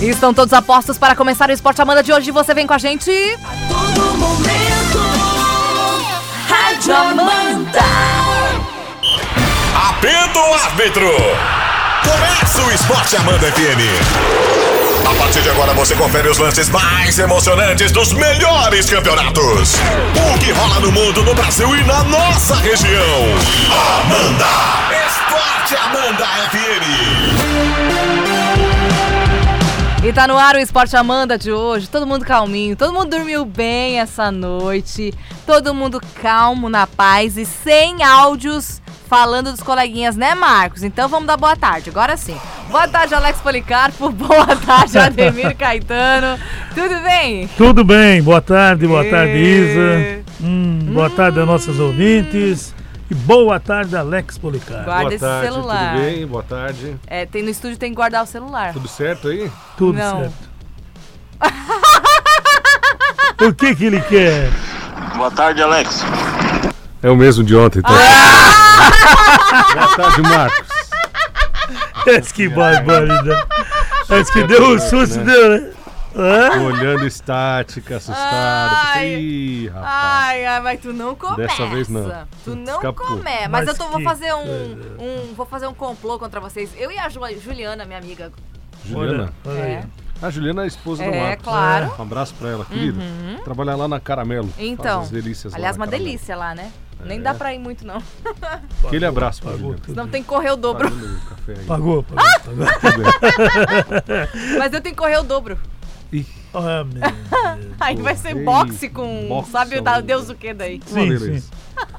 Estão todos apostos para começar o Esporte Amanda de hoje. Você vem com a gente. Todo momento, Rádio Amanda. Apendo o árbitro! Começa o Esporte Amanda FM! A partir de agora você confere os lances mais emocionantes dos melhores campeonatos. O que rola no mundo, no Brasil e na nossa região. Amanda! Esporte Amanda FM! E tá no ar o Esporte Amanda de hoje. Todo mundo calminho, todo mundo dormiu bem essa noite. Todo mundo calmo, na paz e sem áudios falando dos coleguinhas, né, Marcos? Então vamos dar boa tarde, agora sim. Boa tarde, Alex Policarpo. Boa tarde, Ademir Caetano. Tudo bem? Tudo bem, boa tarde, boa e... tarde, Isa. Hum, boa hum... tarde a nossos ouvintes. E boa tarde, Alex Policarpo. Guarda boa esse tarde, celular. Tudo bem? Boa tarde. É, tem, no estúdio tem que guardar o celular. Tudo certo aí? Tudo Não. certo. o que que ele quer? Boa tarde, Alex. É o mesmo de ontem, então. Ah! Boa tarde, Marcos. Esse que barbaridade. Esse que deu um susto, né? deu, né? Ah? Olhando estática, assustado. Ai, Ih, rapaz. Ai, ai, mas tu não começa. Dessa vez não. Tu não Escapou. começa. Mas, mas, eu tô, vou fazer um, um, Vou fazer um complô contra vocês. Eu e a Juliana, minha amiga. Juliana? Olha, é. A Juliana é a esposa Ah, é, do Marcos. Claro. Um abraço pra ela, querida. Uhum. Trabalha lá na Caramelo. Então. delícias aliás, lá uma Caramelo. delícia lá, né? É. Nem dá pra ir muito, não. Aquele abraço, pagou. Senão tem que correr o dobro. Pagou, pagou. pagou, pagou. Mas eu tenho que correr o dobro. Ih. Oh, Aí vai ser Ei, boxe com boxe sabe o Deus o que daí. Sim, sim.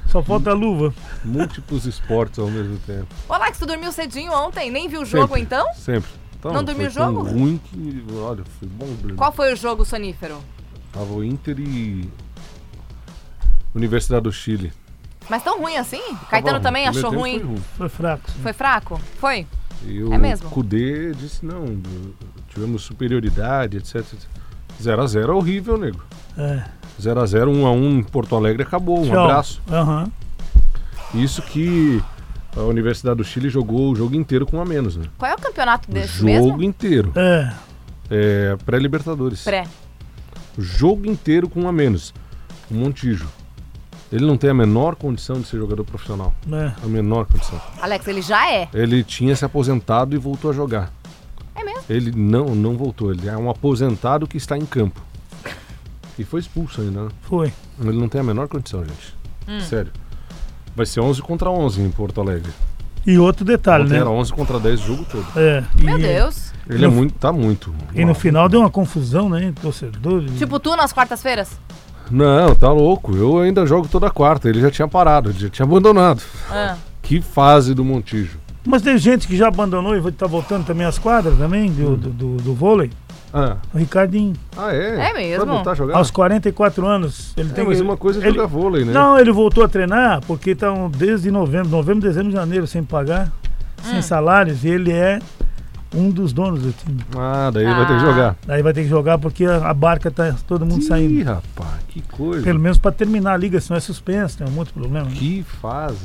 Só falta a luva. Múltiplos esportes ao mesmo tempo. Ô, Alex, tu dormiu cedinho ontem? Nem viu o jogo sempre, então? Sempre. Então, não dormiu o jogo? ruim que, olha, foi bom. Qual foi o jogo sonífero? Tava o Inter e Universidade do Chile. Mas tão ruim assim? Tá Caetano bom, também achou ruim. Foi ruim? Foi, fraco. Sim. Foi fraco? Foi? E o é mesmo? Kudê disse, não, tivemos superioridade, etc. 0 a 0 é horrível, nego. É. 0 a 0 1 a 1 em Porto Alegre acabou, um Tchau. abraço. Uhum. Isso que a Universidade do Chile jogou o jogo inteiro com um a menos, né? Qual é o campeonato desse jogo mesmo? Jogo inteiro. É. É, pré-Libertadores. Pré. Jogo inteiro com um a menos. Um O Montijo. Ele não tem a menor condição de ser jogador profissional. É. A menor condição. Alex, ele já é. Ele tinha se aposentado e voltou a jogar. É mesmo? Ele não, não voltou. Ele é um aposentado que está em campo. E foi expulso ainda, né? Foi. Ele não tem a menor condição, gente. Hum. Sério. Vai ser 11 contra 11 em Porto Alegre. E outro detalhe, Ontem né? Era 11 contra 10 o jogo todo. É. Meu e... Deus. Ele é muito, tá muito. E no final deu uma confusão, né? Torcedor. Tipo tu nas quartas-feiras? Não, tá louco. Eu ainda jogo toda quarta. Ele já tinha parado, ele já tinha abandonado. Ah. Que fase do Montijo. Mas tem gente que já abandonou e tá voltando também às quadras também, do, hum. do, do, do, vôlei. Ah. O Ricardinho. Ah, é? É mesmo? Vai voltar a jogar? Aos 44 anos. Ele é, tem mas uma coisa é ele... jogar vôlei, né? Não, ele voltou a treinar porque estão desde novembro, novembro, dezembro, janeiro sem pagar, hum. sem salários. E ele é um dos donos do time. Ah, daí ah. vai ter que jogar. Daí vai ter que jogar porque a, barca tá todo mundo Ih, saindo. Ih, rapaz, que coisa. Pelo menos para terminar a liga, senão é suspenso, tem um monte de problema. Né? Que fase.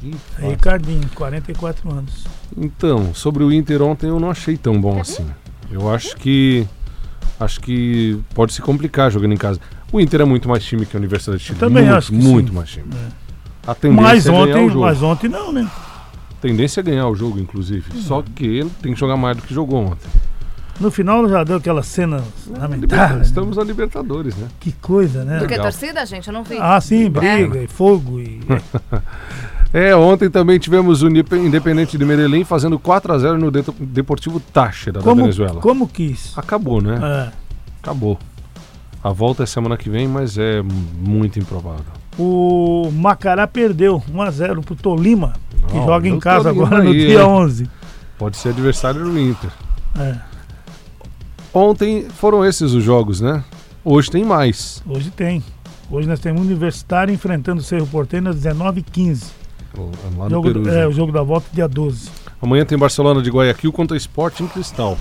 Que fase. Ricardinho, 44 anos. Então, sobre o Inter ontem eu não achei tão bom assim. Eu acho que acho que pode se complicar jogando em casa. O Inter é muito mais time que a Universidade de Chile. Eu também muito, acho muito sim. mais time. É. mas ontem, é mas Hum. ontem não, né? tendência a ganhar o jogo, inclusive. Uhum. Só que tem que jogar mais do que jogou ontem. No final já deu aquela cena lamentável. Tá, Né? Estamos na Libertadores, né? Que coisa, né? Porque é torcida, gente, eu não vi. Ah, sim, briga é. e fogo e. é, ontem também tivemos o Independente de Medellín fazendo 4x0 no Deportivo Táchira como, da Venezuela. Como quis? Acabou, né? É. Acabou. A volta é semana que vem, mas é muito improvável. O Macará perdeu 1x0 pro Tolima que Não, joga em casa agora aí, no dia é. 11. Pode ser adversário do Inter. É. Ontem foram esses os jogos, né? Hoje tem mais. Hoje tem. Hoje nós temos um Universitário enfrentando o Cerro Porteiro às 19h15. Lá no jogo, Peru, é, o jogo da volta dia 12. Amanhã tem Barcelona de Guayaquil contra Esporte em Cristal.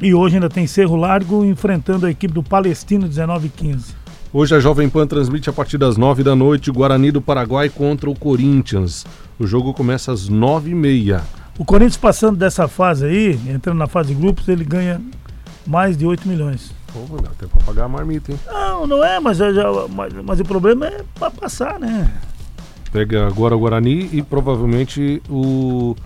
E hoje ainda tem Cerro Largo enfrentando a equipe do Palestino 19h15. Hoje a Jovem Pan transmite a partir das 9 da noite Guarani do Paraguai contra o Corinthians. O jogo começa às 9h30. O Corinthians passando dessa fase aí, entrando na fase de grupos, ele ganha mais de 8 milhões. Pô, mas dá tempo pra pagar a marmita, hein? Não, não é, mas, já- já- mas, mas o problema é pra passar, né? Pega agora o Guarani e provavelmente o.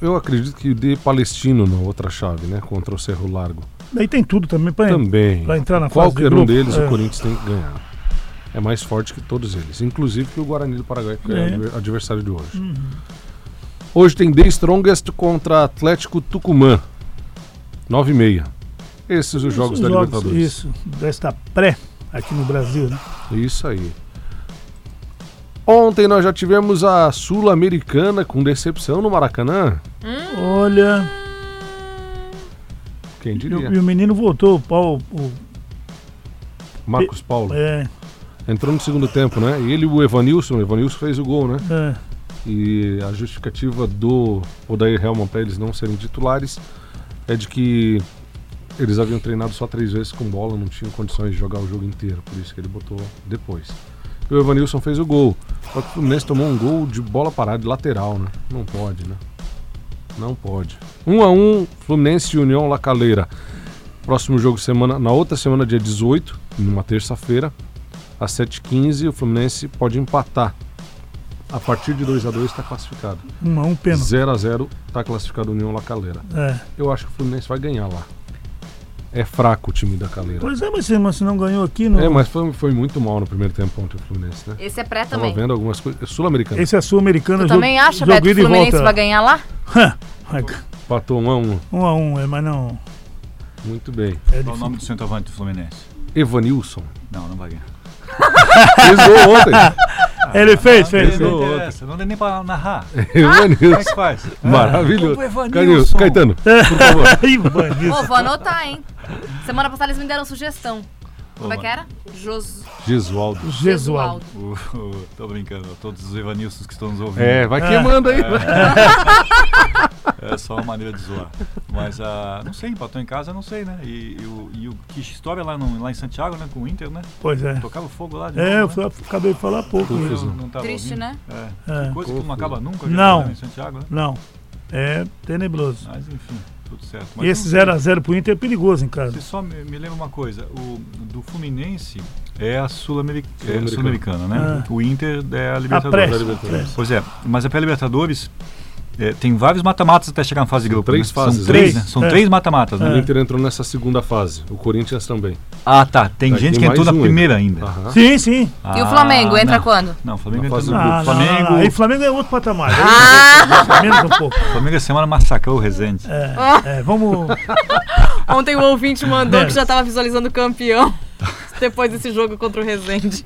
Eu acredito que dê Palestino na outra chave, né? Contra o Cerro Largo. Daí tem tudo também pra, Também. pra entrar na fase de Qualquer um grupo. deles É. o Corinthians tem que ganhar. É mais forte que todos eles. Inclusive que o Guarani do Paraguai, que é, É. Uhum. o adversário de hoje. Hoje tem The Strongest contra Atlético Tucumã. 9 e meia. Esses os jogos Os da Libertadores. Isso, desta pré aqui no Brasil, né? Isso aí. Ontem nós já tivemos a Sul-Americana com decepção no Maracanã. Olha, Quem e o, diria? e o menino voltou, o Paulo. o- Marcos Paulo. é, Entrou no segundo tempo, né? E ele e o Evanilson. O Evanilson fez o gol, né? é, E a justificativa do Odair Helman para eles não serem titulares é de que eles haviam treinado só três vezes com bola, não tinham condições de jogar o jogo inteiro, por isso que ele botou depois. E o Evanilson fez o gol. Só que o Fluminense tomou um gol de bola parada, de lateral, né? Não pode, né? Não pode. 1 a 1 Fluminense e União La Calera. Próximo jogo semana, na outra semana, dia 18, numa terça-feira, às 7h15, o Fluminense pode empatar. A partir de 2 a 2 está classificado. um a um pênalti. 0 a 0 está classificado União La Calera. É. Eu acho que o Fluminense vai ganhar lá. É fraco o time da Calera. Pois é, mas se, mas se não ganhou aqui, não. É, mas foi, foi muito mal no primeiro tempo ontem o Fluminense, né? Esse é pré Tava também. vendo algumas coisas. é Sul-Americano. Esse é sul-americano. Tu jogo- também acha, jogo Beto, que o ida e Fluminense volta. vai ganhar lá? Empatou 1 a 1 um a um, é, mas não. Muito bem. É Qual o difícil. nome do centroavante do Fluminense? Evanilson. Não, não vai ganhar. Fez gol ontem. Ele fez, Fez fez. gol. fez. Não outro. interessa, não dá nem pra narrar. Como é Evanilson. que faz? Maravilhoso. O Evanilson. Caetano, Caetano, por favor. Ih, bandido. Ô, vou anotar, hein? Semana passada eles me deram sugestão. Como é Ô, que era? Jos... Gesualdo. Jesualdo. Tá O- o- Tô brincando, a todos os Evanilson que estão nos ouvindo. É, vai queimando aí. É só uma maneira de zoar. Mas ah, não sei, empatou em casa, não sei, né? E, e o, e o que história lá, no- lá em Santiago, né? Com o Inter, né? Pois é. Tocava fogo lá de É, eu novo, né? fa- acabei de falar há pouco. Pô, isso. fiz um- Não tava Triste, ouvindo. né? É. É, Coisa que não acaba nunca. Não. já Em Santiago, né? não. É tenebroso. Mas enfim, tudo certo. Mas E esse não- 0x0 pro Inter é perigoso em casa. Você só me, me lembra uma coisa, o do Fluminense é a Sul-Ameri- é Sul-Americana. a Sul-Americana, né? Ah. O Inter é A a pré. Libertadores. Libertadores. pré. Pois é, mas a pré-Libertadores é, tem vários mata-matas até chegar na fase de grupo. três né? fases, São três, né? né? São É. três mata-matas, O né? Inter entrou nessa segunda fase. O Corinthians também. Ah, tá. Tem Tá, gente tem que entrou mais na um primeira ainda. Aham. Sim, sim. E o Flamengo Ah, entra não. quando? Não, o Flamengo Na entrou fase no do grupo. Ah, não, Flamengo, não, não. E Flamengo é outro patamar. Ah! Menos um pouco. Flamengo essa semana massacrou o Rezende. É, vamos. Ontem o ouvinte mandou É. que já tava visualizando o campeão. Depois desse jogo contra o Rezende.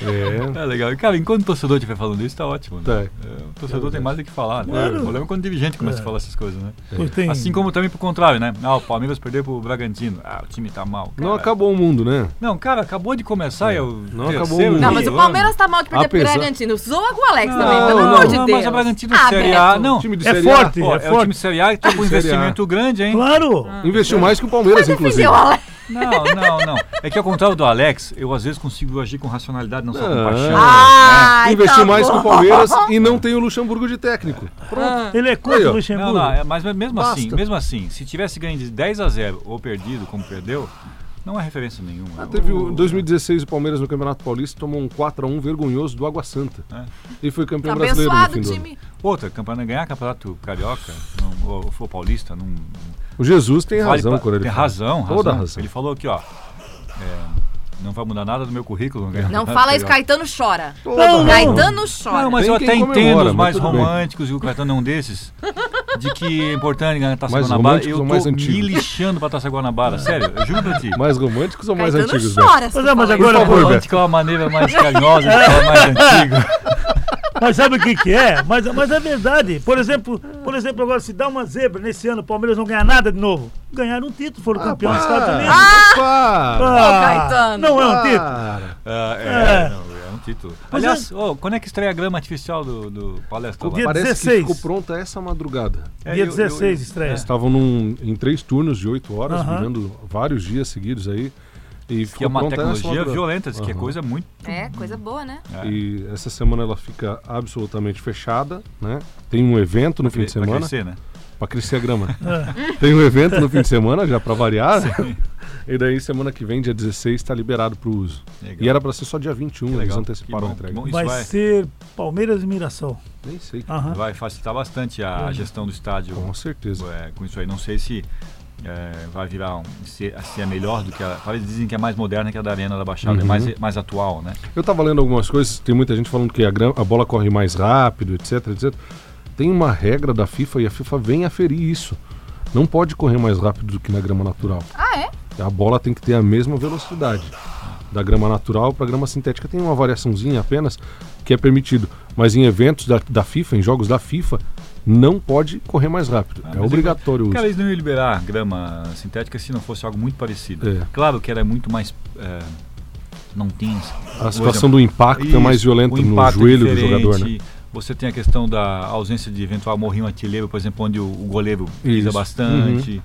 É. É legal. E, Cara, enquanto o torcedor estiver falando isso, tá ótimo. Né? Tá. É, o torcedor tem mais do que falar. Né? O problema é quando o dirigente começa a falar essas coisas, né? pois Tem... Assim como também pro contrário, né? Ah, o Palmeiras perdeu pro Bragantino. Ah, o time tá mal. Não cara. acabou o mundo, né? Não, cara, acabou de começar. É. o Não terceiro acabou o jogo Não, mundo. mas do o Palmeiras tá mal de perder pro Apesar- Bragantino. Zoa com o Alex ano. também, Não, pelo não, amor de não, Deus. Mas o Bragantino Ah, Série A, né? Beto. não. Time de É Série forte. A. Ó, é é, o forte. time Série A que tá com um Série A. investimento grande, hein? Claro! Investiu mais que o Palmeiras, inclusive. Defendeu o Alex. Não, não, não. É que ao contrário do Alex, eu às vezes consigo agir com racionalidade, não só com Não. paixão. né? Ah, Investiu tá mais bom. que o Palmeiras e não tem o Luxemburgo de técnico. Ele é Aí, contra ó. o Não, Luxemburgo. não, é- mas mesmo assim, Basta. mesmo assim, se tivesse ganho de 10 a 0 ou perdido, como perdeu, não é referência nenhuma. Teve o- em 2016 o Palmeiras no Campeonato Paulista tomou um 4x1 vergonhoso do Água Santa. É. E foi campeão brasileiro no Tá Abençoado fim o do ano. time. Outra, campeonato, ganhar campeonato carioca, não, ou, ou paulista, não. O Jesus tem vale razão pra- quando ele Tem fala. razão, razão. Toda razão. Ele falou aqui, ó. é, não vai mudar nada do meu currículo. É. ganhar Não campeonato fala isso, carioca. Caetano chora. Toda razão. Caetano chora. tá Não, mas Tem eu quem até comemora, entendo os mas mais tudo bem. românticos, e o Caetano é um desses, de que é importante ganhar a Taça Mais Guanabara. românticos Eu ou mais tô me antigos? lixando pra Taça Guanabara, sério, eu juro pra ti. Mais românticos ou mais Caetano antigos, né? chora. se Mas tu é, mas falar agora- isso. Por favor, Romântico é uma maneira mais carinhosa de falar mais antigo. Mas sabe o que, que é? Mas, mas é verdade. Por exemplo, por exemplo, agora se dá uma zebra nesse ano, o Palmeiras não ganhar nada de novo. Ganharam um título, Ah, foram campeão dos Estados Unidos. Para! Ah, Caetano. Não é um título. Para! Ah, É. é, não, é um título. Mas Aliás, ô, quando é que estreia a grama artificial do, do palestra? O lá? dia Parece 16. que ficou pronta essa madrugada. É, Dia eu- eu- 16 eu- estreia. Estavam num- em três turnos de oito horas, Aham. virando vários dias seguidos aí. E que ficou é uma pronta ela tecnologia semana. violenta, diz que é Aham. coisa muito. É, coisa boa, né? É. E essa semana ela fica absolutamente fechada, né? Tem um evento no fim de pra semana. crescer, né? Pra crescer a grama. Tem um evento no fim de semana, já pra variar. né? E daí, semana que vem, dia 16, tá liberado pro uso. Legal. E era pra ser só dia 21, eles legal. Que anteciparam bom, a entrega. que bom. Isso Vai, vai- ser Palmeiras e Mirassol. Nem sei. Aham. Vai facilitar bastante a É. gestão do estádio Com certeza. é, com isso aí. Não sei se é, vai virar um, se, se é melhor do que a. Eles dizem que é mais moderna que a da Arena da Baixada, é Uhum. mais, mais atual, né? Eu tava lendo algumas coisas, tem muita gente falando que a, grama- a bola corre mais rápido, etc, etc. Tem uma regra da FIFA e a FIFA vem aferir isso. Não pode correr mais rápido do que na grama natural. Ah, é? A bola tem que ter a mesma velocidade. Da grama natural para grama sintética tem uma variaçãozinha apenas que é permitido. Mas em eventos da, da FIFA, em jogos da FIFA, não pode correr mais rápido. Ah, é mas obrigatório o uso. Cara, eles não iam liberar grama sintética se não fosse algo muito parecido. É. Claro que era muito mais. é, não tem. a situação do impacto é mais Isso, violenta o no impacto é joelho do diferente, jogador, né? Você tem a questão da ausência de eventual morrinho artilheiro, por exemplo, onde o, o goleiro pisa Isso. Uhum. bastante.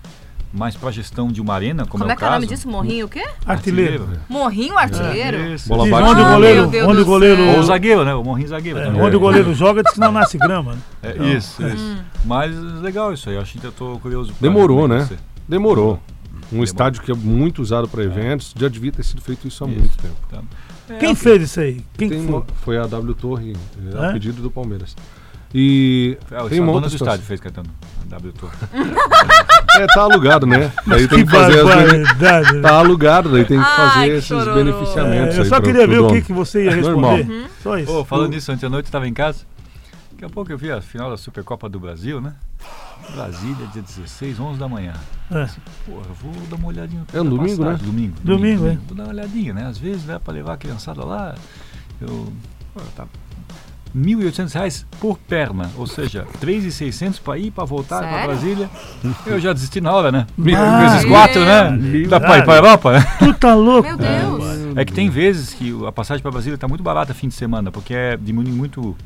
Mas para gestão de uma arena, como, Como é o que é o É. nome caso. disso? Morrinho o quê? Artilheiro. Morrinho artilheiro? Isso. Bola Diz bate. onde o Ah, goleiro, meu Deus onde do o goleiro, céu. Ou o zagueiro, né? O morrinho zagueiro. é, também. onde o goleiro joga, diz que não nasce grama. né? É, Isso, isso. Hum. Mas legal isso aí. Eu acho que eu tô curioso. pra Demorou, ver como é né? que vai ser. Demorou. Um estádio que é muito usado para eventos, já devia ter sido feito isso há muito tempo. Então, É. Quem fez isso aí? Quem Tem que foi? uma- foi a W Torre, é, É? a pedido do Palmeiras. E é, o tem uma outra dono do situação. estádio fez, Caetano. A W Tour. É, tá alugado, né? Daí Que tem que fazer as meni- barbaridade. né? Tá alugado, daí tem que Ai, fazer que esses chororô. beneficiamentos. É, eu aí só pro- queria pro ver o que, dono. que você ia É Normal. responder. Uhum. Só isso. Ô, falando nisso, ontem à noite eu estava em casa. Daqui a pouco eu vi a final da Supercopa do Brasil, né? Brasília, dia 16, 11 da manhã. É. Pô, eu vou dar uma olhadinha. no tá É no domingo, passado, né? Domingo. Domingo, é. Vou dar uma olhadinha, né? Às vezes dá pra levar a criançada lá. Eu. Pô, tá. R$ 1.800 reais por perna, ou seja, 3.600 para ir, para voltar para Sério? Brasília. Eu já desisti na hora, né? Ah, vezes 4, né? meu Dá para ir para Deus. Europa, né? Tu tá louco? Meu Deus. É que tem vezes que o- a passagem para Brasília está muito barata fim de semana, porque é, diminui muito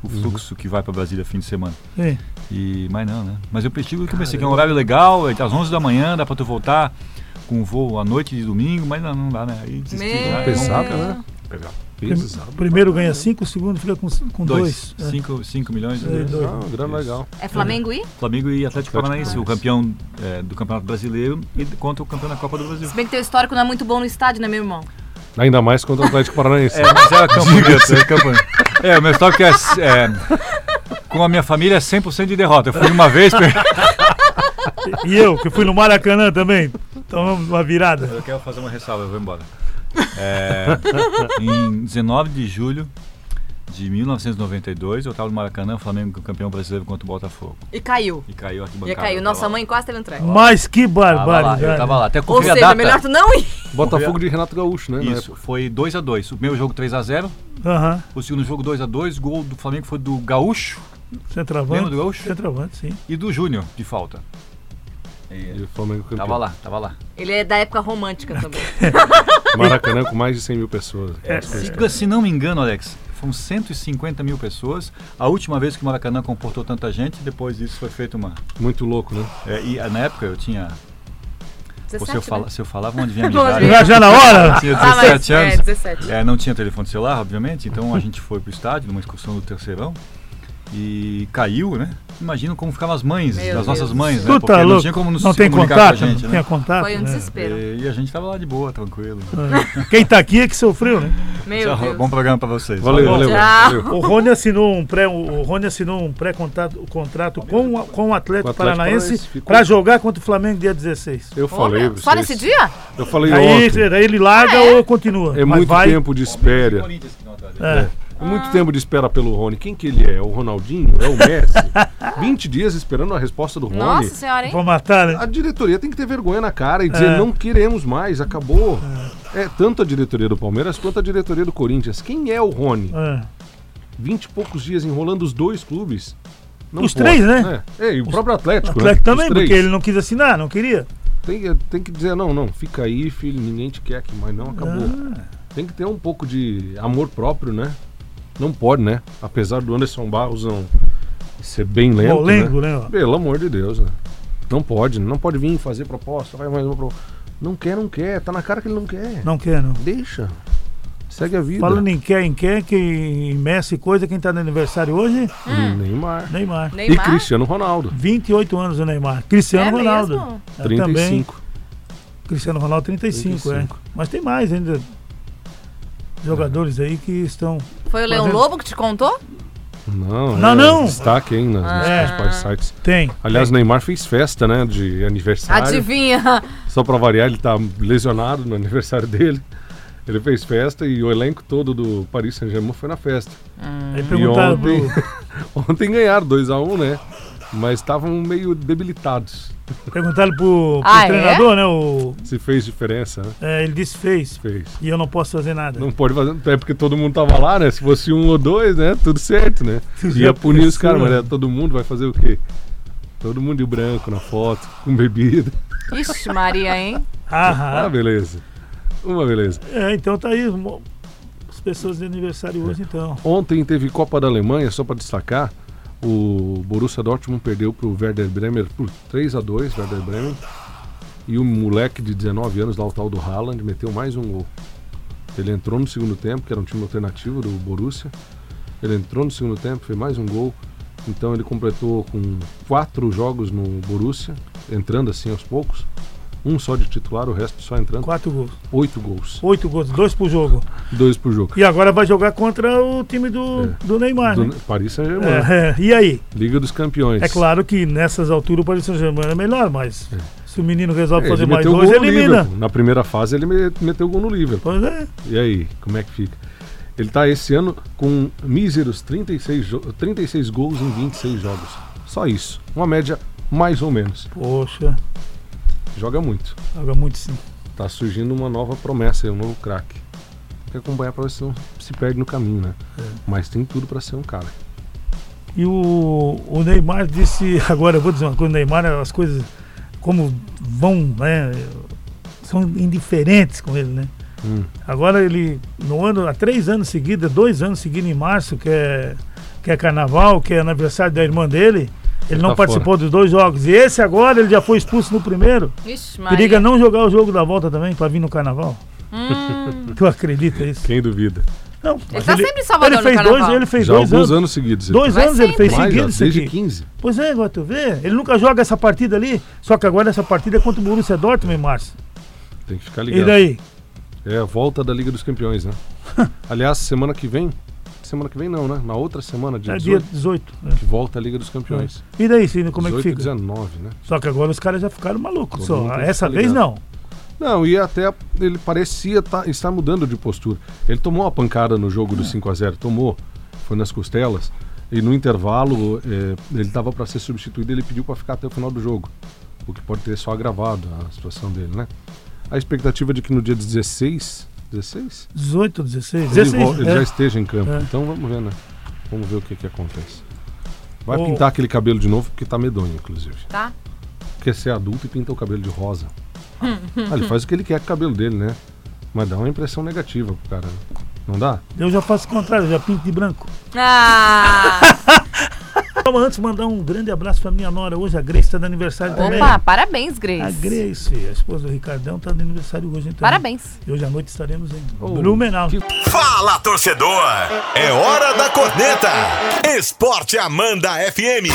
o fluxo que vai para Brasília fim de semana. É. E, mas não, né? Mas eu prefiro que eu pensei que é um horário legal, é às 11 da manhã, dá para tu voltar com um voo à noite de domingo, mas não, não dá, né? Aí desisti, Ah, né? Pesado, Meu. né? Pesado. O primeiro ganha 5, o segundo fica com 2. Com Dois. dois. é. 5 milhões. É, né? dois. Ah, grana legal. É Flamengo e? Flamengo e Atlético Paranaense, o campeão é, do Campeonato Brasileiro e contra o campeão da Copa do Brasil. Se bem que teu histórico não é muito bom no estádio, né, meu irmão? Ainda mais contra o Atlético Paranaense. É, mas era campeonato, era campeonato. É, o meu estoque é, é. Com a minha família é 100% de derrota. Eu fui uma vez, per- E eu, que fui no Maracanã também, tomamos uma virada. Eu quero fazer uma ressalva, eu vou embora. É, em 19 de julho de 1992, eu estava no Maracanã, o Flamengo campeão brasileiro contra o Botafogo. E caiu. E caiu aqui E caiu. Nossa mãe quase teve um treco. Mas que Tava É. Ah, lá, barbaridade. eu tava lá. Até Ou conferi a seja, data. melhor tu não ir. É, Botafogo de Renato Gaúcho, né? na Isso, foi 2x2. O meu jogo 3x0, Aham, o segundo jogo 2x2, gol do Flamengo foi do Gaúcho centroavante. Lembra do Gaúcho? Centroavante, sim. e do Júnior, de falta. época. E o Flamengo campeão. Tava lá, tava lá. Ele é da época romântica também. Maracanã com mais de 100 mil pessoas. É. Se, se não me engano, Alex, foram 150 mil pessoas. A última vez que o Maracanã comportou tanta gente, depois disso foi feita uma. Muito louco, né? Tá É, e ah, na época eu tinha. Pô, 17, se, eu fala, se eu falava, vão adivinhar a Vamos minha idade. ver. Já, já na Eu hora? tinha né? Ah, mas 17 é, anos. 17. É, não tinha telefone celular, obviamente, então a gente foi pro estádio numa excursão do terceirão e caiu, né? Imagina como ficavam as mães, Meu as Deus nossas do mães, né? Tu tá não louco? tinha como nos não se tem comunicar com a contato? não gente, né? tinha contato? Foi um né? desespero. E, e a gente tava lá de boa, tranquilo. Quem tá aqui é que sofreu, né? Meu Tchau, Deus. bom programa pra vocês. Valeu, valeu. Tchau. valeu. O Rony assinou um pré, o Rony assinou um pré-contrato contrato com, a- com o Atlético, O Atlético Paranaense Paranaense ficou- pra jogar contra o Flamengo dia 16. Eu falei. Olha, pra Só vocês. nesse dia? Eu falei Aí, ontem. daí ele larga ou continua. É Mas muito vai- tempo de espera. É. É muito tempo de espera pelo Rony. Quem que ele é? O Ronaldinho? É o Messi? 20 dias esperando a resposta do Rony. Nossa senhora, hein? Vou matar, né? A diretoria tem que ter vergonha na cara e dizer É. não queremos mais, acabou. É. tanto a diretoria do Palmeiras quanto a diretoria do Corinthians. Quem é o Rony? É. 20 e poucos dias enrolando os dois clubes. Não Os pode. três, né? É, É, e o próprio Atlético. né? Atlético Os também, três. porque ele não quis assinar, não queria. Tem, eh, tem que dizer, não, não, fica aí, filho, ninguém te quer aqui, mas não, acabou. Ah. Tem que ter um pouco de amor próprio, né? Não pode, né? Apesar do Anderson Barros não ser bem lento, Molengo, né? né? ó. Pelo amor de Deus, né? Não pode, não pode vir fazer proposta, vai mais uma proposta. Não quer, não quer. Tá na cara que ele não quer. Não quer, não. Deixa. Segue a vida. Falando em quer, em quer, que em Messi, coisa, quem tá no aniversário hoje? Hum. Neymar. Neymar. E Neymar? Cristiano Ronaldo. 28 anos o Neymar. Cristiano É Ronaldo. mesmo? É, Também. 35. Cristiano Ronaldo, 35, 35. é. Mas tem mais ainda. Jogadores aí que estão. Foi o Leão Mas é- Lobo que te contou? Não, Não, é não. Destaque, hein, nas, nos É. principais sites. Tem. Aliás, o Neymar fez festa, né, de aniversário. Adivinha? Só pra variar, ele tá lesionado no aniversário dele. Ele fez festa e o elenco todo do Paris Saint-Germain foi na festa. Aí perguntaram pro. Hum. ontem? Ontem ganharam 2x1, né? Mas estavam meio debilitados. Perguntaram pro, pro Ah, é? treinador, né? O, Se fez diferença, né? é, ele disse fez. Fez. E eu não posso fazer nada. Não pode fazer, é porque todo mundo tava lá, né? Se fosse um ou dois, né? Tudo certo, né? Ia punir os caras, mas é, todo mundo vai fazer o quê? Todo mundo de branco na foto, com bebida. Ixi, Maria, hein? Ah, Ah, beleza. Uma beleza. é, então tá aí. mo- As pessoas de aniversário É. hoje, então. Ontem teve Copa da Alemanha, só para destacar. O Borussia Dortmund perdeu pro Werder Bremer por 3 a 2 Werder Bremer. E o moleque de 19 anos, lá o tal do Haaland, meteu mais um gol. Ele entrou no segundo tempo, que era um time alternativo do Borussia. Ele entrou no segundo tempo, fez mais um gol. Então ele completou com quatro jogos no Borussia, entrando assim aos poucos. Um só de titular, o resto só entrando. Quatro gols. Oito gols. Oito gols, dois pro jogo. Dois por jogo. E agora vai jogar contra o time do, É. do Neymar, Do né? Paris Saint-Germain. É, é. E aí? Liga dos Campeões. É claro que nessas alturas o Paris Saint-Germain é melhor, mas se o menino resolve É, fazer ele mais meteu o dois, gol no elimina. Liverpool. Na primeira fase ele me- meteu o gol no Liverpool. Pois é. E aí, como é que fica? Ele tá esse ano com míseros 36, jo- 36 gols em 26 jogos. Só isso. Uma média mais ou menos. Poxa, Joga muito. joga muito sim. Tá surgindo uma nova promessa, aí, um novo craque. Tem que acompanhar pra ver se não se perde no caminho, né? É. Mas tem tudo pra ser um cara. E o, o Neymar disse, agora eu vou dizer uma coisa, o Neymar, as coisas como vão, né? São indiferentes com ele, né? Hum. Agora ele, no ano, há três anos seguidos, dois anos seguidos em março, que é, que é carnaval, que é aniversário da irmã dele, ele não tá participou dos dois jogos. E esse agora ele já foi expulso no primeiro. Ixi, Maria. Periga não jogar o jogo da volta também pra vir no carnaval. Tu acredita isso? Quem duvida? Não, mas Hum. tá sempre em Salvador ele no fez dois, carnaval. ele fez Já dois alguns anos. anos, seguidos. ele Dois Vai anos ele sempre. fez Mais, ó, seguidos isso desde aqui. 15. Pois é, agora tu vê. Ele nunca joga essa partida ali, só que agora essa partida é contra o Borussia Dortmund em março. Tem que ficar E ligado. daí? É a volta da Liga dos Campeões, né? Aliás, semana que vem. Semana que vem não, né? Na outra semana, dia É 18, dia 18. né? que volta a Liga dos Campeões. E daí, Cine, como é que 18 e fica? 19, né? Só que agora os caras já ficaram malucos. Todo Só. mundo tem que Essa ficar vez tá ligado. não. Não, e até ele parecia tá, estar mudando de postura. Ele tomou uma pancada no jogo É. do 5 a 0 tomou, foi nas costelas. E no intervalo, é, ele estava para ser substituído ele pediu para ficar até o final do jogo. O que pode ter só agravado a situação dele, né? A expectativa é de que no dia 16, 16? 18, 16. ele, 16 vol- ele é. já esteja em campo. É. Então vamos ver, né? Vamos ver o que, que acontece. Vai Ô. pintar aquele cabelo de novo, porque tá medonho, inclusive. Tá. Quer ser adulto e pinta o cabelo de rosa. ah, ele faz o que ele quer com o cabelo dele, né? Mas dá uma impressão negativa pro cara. né? Não dá? Eu já faço o contrário, eu já pinto de branco. Ah! Então, antes, mandar um grande abraço pra minha nora. Hoje a Grace está de aniversário também. Opa, parabéns, A Grace. Grace, a esposa do Ricardão, está de aniversário hoje então. Parabéns. E hoje à noite estaremos em Oh, Blumenau. que Fala torcedor, é hora da corneta. Esporte Amanda FM.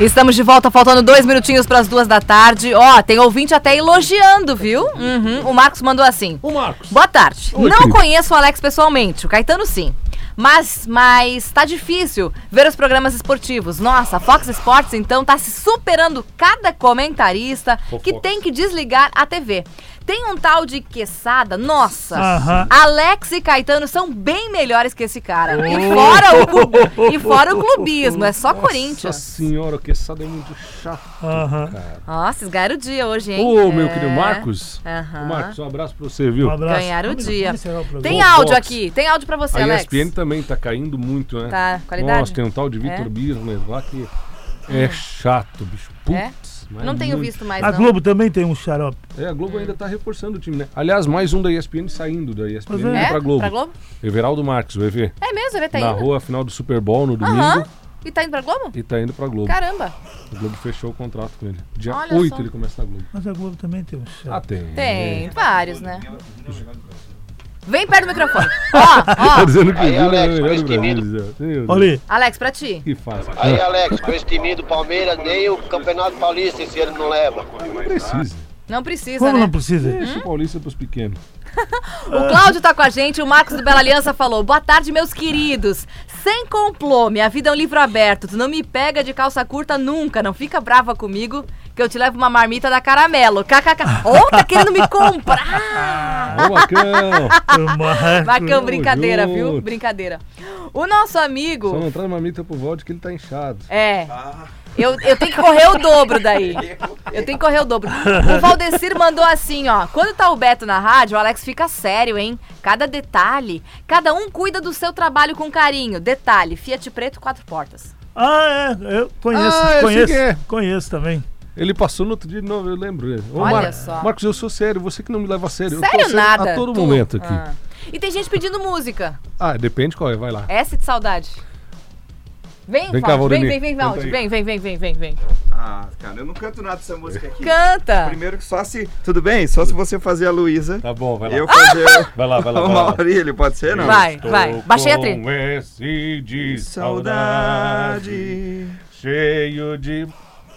Estamos de volta, faltando dois minutinhos para as duas da tarde. Ó, tem ouvinte até elogiando, viu? Uhum, O Marcos mandou assim. Ô, Marcos. Boa tarde. Oi, Não querido. conheço o Alex pessoalmente, o Caetano sim. Mas, mas tá difícil ver os programas esportivos. Nossa, a Fox Sports então tá se superando cada comentarista Ô, que Fox. tem que desligar a TV. Tem um tal de Quesada, nossa. Aham. Alex e Caetano são bem melhores que esse cara. E fora o, cu- e fora o clubismo, é só Nossa Corinthians. senhora, o quesada é muito chato. Aham. Nossa, vocês ganharam o dia hoje, hein? Ô, meu É. Tá. querido Marcos. Aham. Ô, Marcos, um abraço pra você, viu? Um abraço. Ganharam o Vamos dia. encerrar o programa. Tem Ô, áudio Fox. aqui, tem áudio pra você, A Alex. ESPN também tá caindo muito, né? Tá, qualidade? Nossa, tem um tal de Vitor É? Hum. Birner lá que é chato, bicho. É? Putz, mas Não tenho muito. visto mais, A não. Globo também tem um xarope. É, a Globo ainda tá reforçando o time, né? Aliás, mais um da ESPN saindo da ESPN Pois é. indo É? pra Globo. Pra Globo? Everaldo Marques, o EV. É mesmo, ele tá narrou indo. a final do Super Bowl no domingo. Aham. E tá indo pra Globo? E tá indo pra Globo. Caramba. O Globo fechou o contrato com ele. Dia Olha 8 só. ele começa na Globo. Mas a Globo também tem um chefe. Ah, tem. Tem vários, né? Vem perto do microfone. Ó, Tá ó. dizendo que o Aí, Júlio é o Alex, melhor faz do Brasil. Zé. Meu Deus, Olha aí. Alex, pra ti. Que fácil. Ah, Aí, Alex, com esse time do Palmeiras, nem o Campeonato Paulista esse ano não leva. Não precisa. Não precisa, Como né? não precisa? Deixa o Paulista pros pequenos. O Cláudio tá com a gente, o Marcos do Bela Aliança falou: Boa tarde, meus queridos. Sem complô, minha vida é um livro aberto. Tu não me pega de calça curta nunca. Não fica brava comigo, que eu te levo uma marmita da caramelo. KKK. Ou tá querendo me comprar. Ô, Marcão! Marcos. Marcão, Tamo brincadeira, viu? junto. Brincadeira. O nosso amigo. Só não traz mamita pro Valde que ele tá inchado. É. Ah. Eu, eu tenho que correr o dobro daí. Eu tenho que correr o dobro. O Valdecir mandou assim, ó. Quando tá o Beto na rádio, o Alex fica sério, hein? Cada detalhe. Cada um cuida do seu trabalho com carinho. Detalhe, Fiat Preto, quatro portas. Ah, é. Eu conheço, Ah, eu sei conheço. quem é. Conheço também. Ele passou no outro dia de novo, eu lembro. dele. Ô, Olha só. Marcos, eu sou sério, você que não me leva a sério. eu Sério tô nada. A todo tu. momento aqui. Ah. E tem gente pedindo música. Ah, depende qual é, vai lá. Essa de saudade. Vem, Vem cá, Valde. Vem, vem, Valdemir. vem, Valde. aí. Vem, vem, vem, vem, vem, vem. Ah, cara, eu não canto nada dessa música aqui. Canta. Primeiro que só se. Tudo bem? Só se você fazer a Luísa. Tá bom, vai lá. Eu fazer Vai lá, vai lá, o vai lá. Maurílio, pode ser? Não. Vai, vai. Baixei a trilha. Com esse de saudade, Saudade. cheio de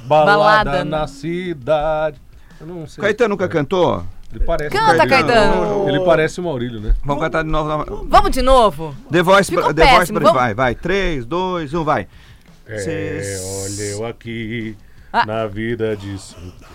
balada, Balada, né? na cidade. Eu não sei. É. Caetano nunca cantou? Ele parece. Canta, Caetano. Caetano. Ele parece o Maurílio, né? Vamos cantar de novo. Vamos de novo? The Voice, Ficou The Voice péssimo, pra... vamos- Vai, vai. 3, 2, 1, vai. É, olha eu aqui Ah. na vida de solteiro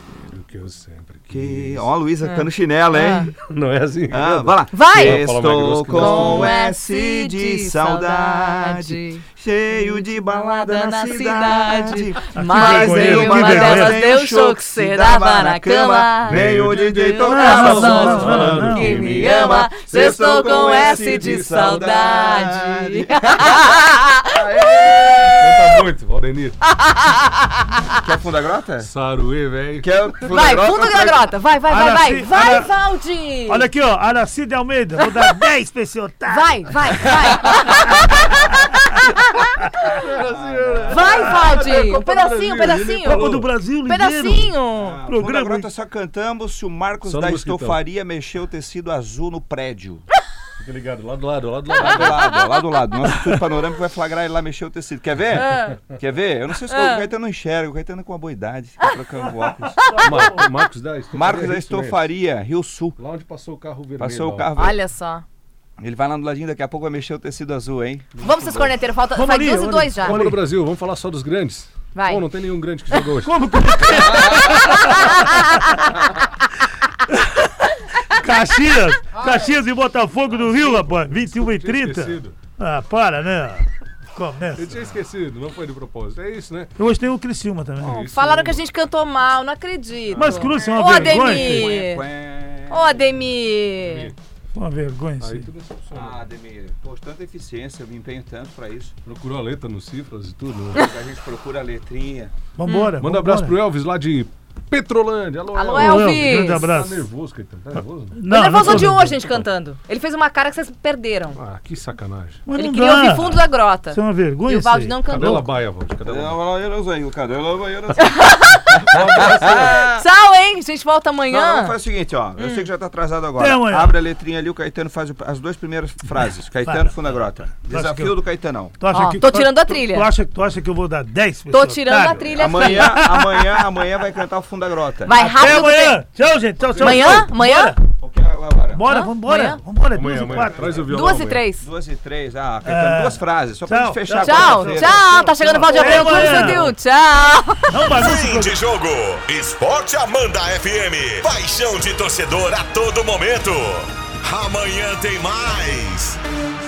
que eu sempre quis. Que... Ó, a Luísa cantando chinela, hein? Não é assim? Ah, vai lá. É. Vai. Eu ia falar mais grosso Estou que eu não. com S de saudade. Cheio de balada na cidade. um Mas vergonha, nenhuma que vergonha. delas deu show que cê dava na cama. Vem o DJ Ah, tocar Elas não, só não, vão não, não, falando não. que me ama. Cê estou com S de saudade. Canta muito, Valdenir. Ah. Quer fundo da grota? Saruê, velho. Quer fundo Vai, assim, fundo da grota. Vai, vai, vai, vai. Araci- Vai, Ara- Valdi. Olha aqui, ó. Aracide Almeida. Vou dar tá? 10 pra esse otário. Vai, vai, vai. Vai, Valdi. Um pedacinho, um Copa do pedacinho. Brasil Um inteiro. Ah, pedacinho. Fundo da Programa, tá grota hein? só cantamos se o Marcos então. Só no da mosquitão. estofaria mexeu o tecido azul no prédio. Fica ligado, lá do lado, lá do Tá Lá lado. do lado, ó, lá do lado. Nosso estúdio panorâmico vai flagrar ele lá mexer o tecido. Quer ver? Ah. Quer ver? Eu não sei se o Caetano enxerga. O Caetano é com uma boa idade, fica trocando óculos. Mar Marcos da Estofaria. Marcos da é isso mesmo. estofaria, Rio Sul. Lá onde passou o carro vermelho. Passou o ó. carro. Olha só. Ele vai lá no ladinho, daqui a pouco vai mexer o tecido azul, hein? Vamos, seus corneteiros. Falta, Vamos sai ali, duas e olha. dois já. Copa do Brasil, vamos falar só dos grandes. Vai. Bom, não tem nenhum grande que jogou hoje. Como que- Caxias! Caxias e Botafogo do Rio, rapaz. 21 e Eu tinha 30. esquecido. Ah, para, né? Eu Começa. tinha esquecido, não foi de propósito. É isso, né? É Hoje tem o Criciúma também. Isso. Falaram que a gente cantou mal, não acredito. Mas Cruz é uma Ô, vergonha. filho. Ademir! Ô, Ademir! Uma vergonha, Aí filho. tudo decepciona. Ah, Ademir, pô, tanta eficiência, eu me empenho tanto pra isso. Procurou a letra nos cifras e tudo. né? A gente procura a letrinha. Vambora. Manda um abraço pro Elvis lá de Petrolândia. Alô, Alô, Elvis. Elvis. grande Tá abraço. nervoso, Caetano? Tá nervoso? Não, Não, nervoso não de tô- hoje, gente, cantando. Ele fez uma cara que vocês perderam. Ah, que sacanagem. Mas Ele não queria dá. ouvir fundo da grota. Isso é uma vergonha. E o isso Valdi aí. não Cadê ela cantou. baia, Valde? Então Cadê ela Tchau, hein? A gente volta amanhã. Não, faz o seguinte, ó. Eu Hum. sei que já tá atrasado Até agora. amanhã. Abre a letrinha ali, o Caetano faz o- as duas primeiras frases. Caetano, Para. Funda Grota. que Desafio eu- do Caetanão. Tu acha Ó, que- tô tu- tirando a tu- trilha. Tu acha, tu acha que eu vou dar 10 pra Tô esse tirando a otário? trilha. Amanhã, amanhã, amanhã vai cantar o Funda Grota. é Vai Até rápido. amanhã. Tchau, gente. Tchau, tchau. Amanhã? Amanhã? O que é agora? Bora, Hã? vambora. Amanhã? Vambora, Amanhã, 12 e amanhã. 4. Traz o violão. Duas e amanhã. três. Duas e três. Ah, Caetano, É. duas frases. Só pra Tchau, gente fechar a Tchau, quarta-feira. tchau. Tá chegando o Valdir Abreu. Até amanhã. Clube 101. Tchau. Não bagunça o Fim de jogo. Esporte Amanda FM. Paixão de torcedor a todo momento. Amanhã tem mais.